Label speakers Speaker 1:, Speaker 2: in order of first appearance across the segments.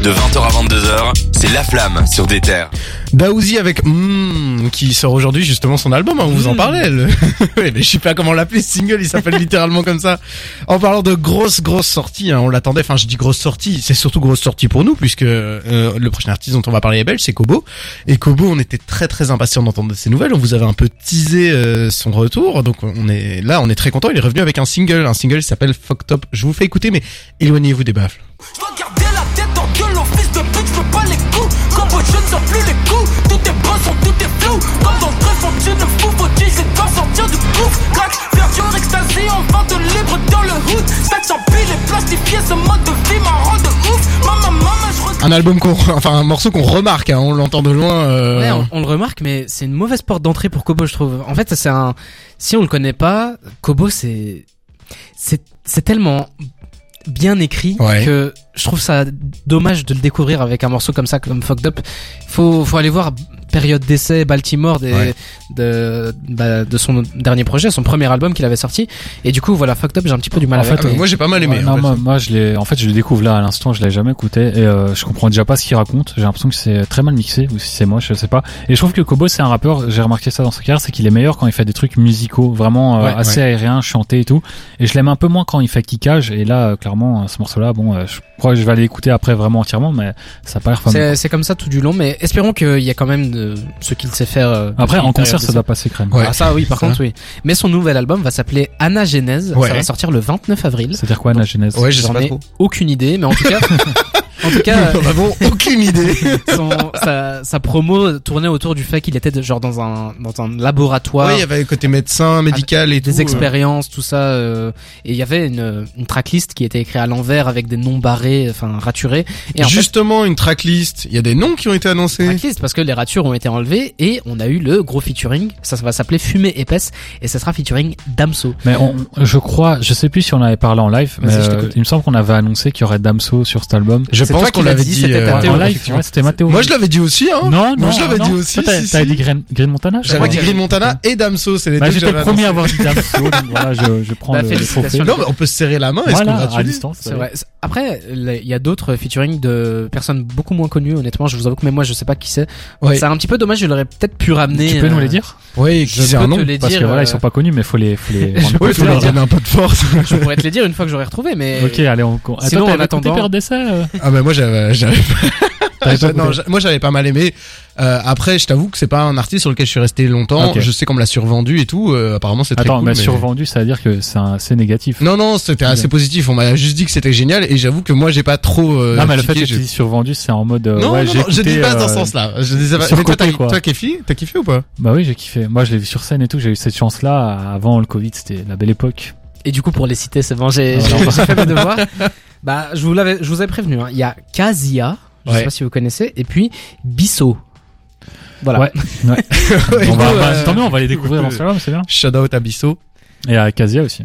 Speaker 1: De 20h à 22h, c'est La Flamme sur des terres.
Speaker 2: Daouzi avec Mmm qui sort aujourd'hui justement son album, hein, on
Speaker 3: Mm.
Speaker 2: vous en parlait. le- Ouais, mais je sais pas comment l'appeler ce single, il s'appelle littéralement comme ça. En parlant de grosse grosse sortie, hein, on l'attendait, enfin je dis grosse sortie, c'est surtout grosse sortie pour nous puisque euh, le prochain artiste dont on va parler est belge, c'est Kobo. Et Kobo, on était très très impatients d'entendre de ses nouvelles, on vous avait un peu teasé euh, son retour, donc on est là, on est très content, il est revenu avec un single, un single qui s'appelle Fuck Top. Je vous fais écouter mais éloignez-vous des baffles.
Speaker 4: Je dois garder la tête en gueule, oh fils de pute, je veux pas les coups. Comme vos jeunes savent plus les coups, tout est bon, sont tout est flou. Comme dans le vrai fortune de fou, faut c'est quand sortir du gouffre. Crac, verdure, extasie, en vente libre dans le hood. Stack sans pile et plastifié, ce mode de vie marrant de ouf. Maman, maman, je regrette.
Speaker 2: Un album qu'on enfin un morceau qu'on remarque, hein, on l'entend de loin euh,
Speaker 3: Ouais, on, on le remarque, mais c'est une mauvaise porte d'entrée pour Kobo, je trouve. En fait, c'est un. Si on le connaît pas, Kobo, c'est. C'est c'est tellement bien écrit
Speaker 2: Ouais.
Speaker 3: que je trouve ça dommage de le découvrir avec un morceau comme ça, comme Fucked Up. Faut, faut aller voir période d'essai Baltimore des,
Speaker 2: Ouais.
Speaker 3: de, bah, de son dernier projet, son premier album qu'il avait sorti. Et du coup, voilà, Fucked Up, j'ai un petit peu du mal
Speaker 5: En
Speaker 3: avec.
Speaker 5: fait,
Speaker 3: mais-
Speaker 2: Ah, Moi j'ai pas mal aimé.
Speaker 5: Ah, Ouais,
Speaker 2: en
Speaker 5: non,
Speaker 2: fait.
Speaker 5: moi, moi, je l'ai. En fait, je le découvre là à l'instant. Je l'avais jamais écouté et euh, je comprends déjà pas ce qu'il raconte. J'ai l'impression que c'est très mal mixé ou si c'est moi, je sais pas. Et je trouve que Kobo, c'est un rappeur. J'ai remarqué ça dans sa carrière, c'est qu'il est meilleur quand il fait des trucs musicaux, vraiment euh,
Speaker 2: Ouais,
Speaker 5: assez aériens, chantés et tout. Et je l'aime un peu moins quand il fait kickage. Et là, euh, clairement, euh, ce morceau-là, bon, euh, je crois que je vais aller écouter après vraiment entièrement, mais ça a pas l'air pas mal.
Speaker 3: c'est c'est comme ça tout du long, mais espérons qu'il y a quand même de, ce qu'il sait faire. euh,
Speaker 5: Après,
Speaker 3: depuis
Speaker 5: en
Speaker 3: période
Speaker 5: concert,
Speaker 3: d'essai.
Speaker 5: ça doit passer crème.
Speaker 2: Ouais.
Speaker 3: Ah ça oui par
Speaker 2: Ça.
Speaker 3: contre oui. Mais son nouvel album va s'appeler Anna Genèse,
Speaker 2: Ouais.
Speaker 3: ça va sortir le 29 avril.
Speaker 5: C'est-à-dire quoi, la genèse
Speaker 2: Ouais, je sais
Speaker 3: J'en
Speaker 2: pas
Speaker 3: ai
Speaker 2: trop.
Speaker 3: aucune idée mais en tout cas en tout cas
Speaker 2: Nous n'avons aucune idée.
Speaker 3: son, sa, sa promo tournait autour du fait qu'il était de- genre dans un dans un laboratoire
Speaker 2: Oui, il y avait le côté
Speaker 5: Ah,
Speaker 2: médecin, médical et tout. euh.
Speaker 3: des expériences, tout ça, euh, et il y avait une, une tracklist qui était écrite à l'envers avec des noms barrés, enfin raturés. Et en fait,
Speaker 2: Justement, une tracklist. Il y a des noms qui ont été annoncés.
Speaker 3: tracklist parce que les ratures ont été enlevées et on a eu le gros featuring. Ça, ça va s'appeler Fumée épaisse et ça sera featuring Damso.
Speaker 5: Mais on, je crois, je sais plus si on en avait parlé en live, mais
Speaker 3: Vas-y, je
Speaker 5: euh,
Speaker 3: t'écoute.
Speaker 5: il me semble qu'on avait annoncé qu'il y aurait Damso sur cet album.
Speaker 2: Je
Speaker 3: C'est
Speaker 2: pense
Speaker 3: toi
Speaker 2: qu'on
Speaker 3: qui l'as
Speaker 2: l'avait
Speaker 3: dit,
Speaker 2: dit.
Speaker 3: c'était
Speaker 2: euh,
Speaker 3: ta
Speaker 5: Ouais,
Speaker 3: Mathéo,
Speaker 5: en
Speaker 3: théorie.
Speaker 5: live, ouais, c'était Mathéo.
Speaker 2: Moi, je l'avais dit aussi. Hein.
Speaker 5: Non,
Speaker 2: Moi,
Speaker 5: non,
Speaker 2: je l'avais
Speaker 5: non.
Speaker 2: dit aussi,
Speaker 5: Toi, T'as
Speaker 2: si,
Speaker 5: t'as
Speaker 2: si.
Speaker 5: dit Green, Green Montana je
Speaker 2: J'avais
Speaker 5: crois.
Speaker 2: dit Green Montana et Damso. C'est les
Speaker 5: Bah,
Speaker 2: deux que
Speaker 5: J'étais
Speaker 2: j'avais
Speaker 5: le premier à
Speaker 2: annoncés.
Speaker 5: avoir dit Damso, donc voilà, je, je prends
Speaker 3: Bah,
Speaker 5: le, le trophée.
Speaker 3: félicitations.
Speaker 2: Non, mais on peut se serrer la main. Est-ce qu'on
Speaker 5: Voilà, à
Speaker 2: gratulise
Speaker 5: distance.
Speaker 3: C'est vrai. C'est- Après, là, il y a d'autres featuring de personnes beaucoup moins connues, honnêtement. Je vous avoue que même moi, je sais pas qui c'est.
Speaker 2: Ouais.
Speaker 3: C'est un petit peu dommage, je l'aurais peut-être pu ramener.
Speaker 5: Tu peux nous
Speaker 3: euh,
Speaker 5: les dire
Speaker 2: Oui,
Speaker 3: Je peux te les
Speaker 5: Parce
Speaker 3: dire.
Speaker 5: que voilà,
Speaker 3: euh,
Speaker 5: ils sont pas connus, mais faut les, faut les.
Speaker 3: Je
Speaker 2: Ah,
Speaker 5: on
Speaker 3: peux
Speaker 5: peut
Speaker 3: te
Speaker 5: tout
Speaker 3: les
Speaker 5: leur
Speaker 3: dire.
Speaker 2: un peu de force.
Speaker 3: Je pourrais te les dire une fois que j'aurais retrouvé, mais.
Speaker 5: Ok, allez, on. Attends,
Speaker 3: Sinon, en
Speaker 5: t'avais pas
Speaker 3: attendant-
Speaker 5: écouté Père Dessert, euh
Speaker 2: Ah bah moi j'avais, j'avais pas-
Speaker 5: T'avais pas
Speaker 2: non,
Speaker 5: goûté.
Speaker 2: j'a- moi j'avais pas mal aimé. Euh, après, je t'avoue que c'est pas un artiste sur lequel je suis resté longtemps.
Speaker 5: Ok.
Speaker 2: Je sais qu'on me l'a survendu et tout. euh, apparemment, c'est très
Speaker 5: Attends,
Speaker 2: cool.
Speaker 5: mais
Speaker 2: mais-
Speaker 5: survendu, ça veut dire que c'est un- c'est négatif.
Speaker 2: Non, non, c'était assez
Speaker 5: Ouais.
Speaker 2: positif. On m'a juste dit que c'était génial et j'avoue que moi j'ai pas trop. euh,
Speaker 5: Non, mais le fait
Speaker 2: cliqué,
Speaker 5: que
Speaker 2: j'ai-
Speaker 5: tu dis survendu, c'est en mode. euh,
Speaker 2: non,
Speaker 5: ouais,
Speaker 2: non,
Speaker 5: j'ai
Speaker 2: non, je
Speaker 5: écouté,
Speaker 2: dis pas dans ce
Speaker 5: euh,
Speaker 2: sens-là. Je disais pas. Mais toi,
Speaker 5: surcoté,
Speaker 2: t'as,
Speaker 5: quoi.
Speaker 2: toi, Kefi, t'as kiffé ou pas
Speaker 5: Bah oui, j'ai kiffé. Moi, je l'ai vu sur scène et tout, j'ai eu cette chance-là. Avant le Covid, c'était la belle époque.
Speaker 3: Et du coup, pour les citer, c'est bon, j'ai
Speaker 5: Ah,
Speaker 3: j'ai- j'ai fait mes devoirs. Bah, je vous l'avais, je vous avais prévenu, hein. Il y a Kazia. Je
Speaker 2: Ouais.
Speaker 3: sais pas si vous connaissez. Et puis, Bissot. Voilà.
Speaker 5: Ouais. On va,
Speaker 2: Écoute,
Speaker 5: bah,
Speaker 2: euh,
Speaker 5: tant mieux, on va les découvrir
Speaker 2: euh,
Speaker 5: dans ce album, c'est bien.
Speaker 2: Shout out à Bissot.
Speaker 5: Et à Casia aussi.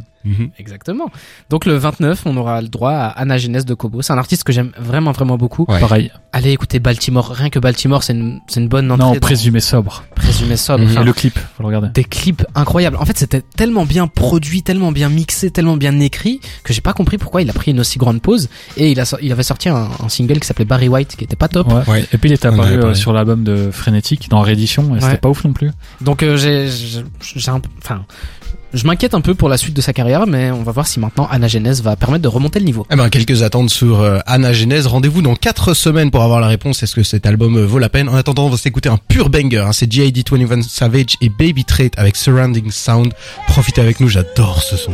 Speaker 3: Exactement. Donc, le 29, on aura le droit à Anna Genèse de Kobo. C'est un artiste que j'aime vraiment, vraiment beaucoup.
Speaker 2: Ouais.
Speaker 5: Pareil.
Speaker 3: Allez écouter Baltimore. Rien que Baltimore, c'est une, c'est une bonne entrée.
Speaker 5: Non,
Speaker 3: dans-
Speaker 5: présumé sobre.
Speaker 3: Présumé sobre.
Speaker 2: Mhm.
Speaker 3: Enfin,
Speaker 5: Et le clip, faut le regarder.
Speaker 3: des clips incroyables. En fait, c'était tellement bien produit, tellement bien mixé, tellement bien écrit que j'ai pas compris pourquoi il a pris une aussi grande pause et il a so- il avait sorti un, un single qui s'appelait Barry White qui était pas top.
Speaker 5: Ouais.
Speaker 2: Ouais.
Speaker 5: Et puis il était
Speaker 2: On en
Speaker 5: apparu
Speaker 2: avait
Speaker 5: euh,
Speaker 2: parlé.
Speaker 5: sur l'album de Frénétique dans réédition et
Speaker 3: Ouais.
Speaker 5: c'était pas ouf non plus.
Speaker 3: Donc euh, j'ai j'ai j'ai un enfin je m'inquiète un peu pour la suite de sa carrière mais on va voir si maintenant Anna Genèse va permettre de remonter le niveau.
Speaker 2: Eh ben, quelques attentes sur euh, Anna Genèse. Rendez-vous dans 4 semaines pour avoir la réponse. Est-ce que cet album euh, vaut la peine En attendant, on va s'écouter un pur banger. hein. C'est G.I.D. 21 Savage et Baby Trait avec Surrounding Sound. Profitez avec nous, j'adore ce son.